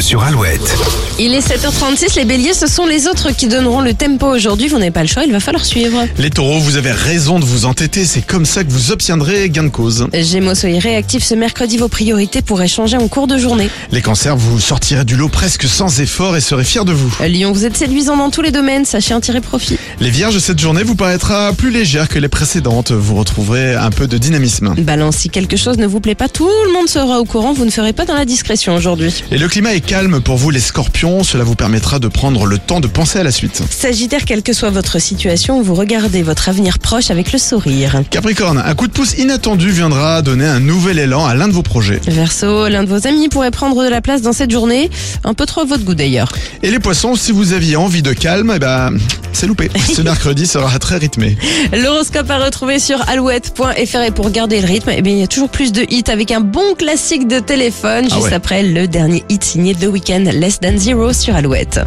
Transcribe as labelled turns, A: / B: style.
A: sur Alouette.
B: Il est 7h36, les béliers, ce sont les autres qui donneront le tempo aujourd'hui. Vous n'avez pas le choix, il va falloir suivre.
A: Les taureaux, vous avez raison de vous entêter, c'est comme ça que vous obtiendrez gain de cause.
B: Gémeaux, soyez réactifs ce mercredi, vos priorités pourraient changer en cours de journée.
A: Les cancers, vous sortirez du lot presque sans effort et serez fiers de vous.
B: Lyon, vous êtes séduisant dans tous les domaines, sachez en tirer profit.
A: Les vierges, cette journée vous paraîtra plus légère que les précédentes, vous retrouverez un peu de dynamisme.
B: Balance, si quelque chose ne vous plaît pas, tout le monde sera au courant, vous ne ferez pas dans la discrétion aujourd'hui.
A: Et le climat est calme pour vous les scorpions, cela vous permettra de prendre le temps de penser à la suite.
B: Sagittaire, quelle que soit votre situation, vous regardez votre avenir proche avec le sourire.
A: Capricorne, un coup de pouce inattendu viendra donner un nouvel élan à l'un de vos projets.
B: Verseau, l'un de vos amis pourrait prendre de la place dans cette journée, un peu trop à votre goût d'ailleurs.
A: Et les poissons, si vous aviez envie de calme, eh ben, c'est loupé. Ce mercredi sera très rythmé.
B: L'horoscope à retrouver sur alouette.fr et pour garder le rythme, eh bien, il y a toujours plus de hits avec un bon classique de téléphone
A: Ah
B: juste
A: ouais.
B: après le dernier hit signé de week-end Less Than Zero sur Alouette.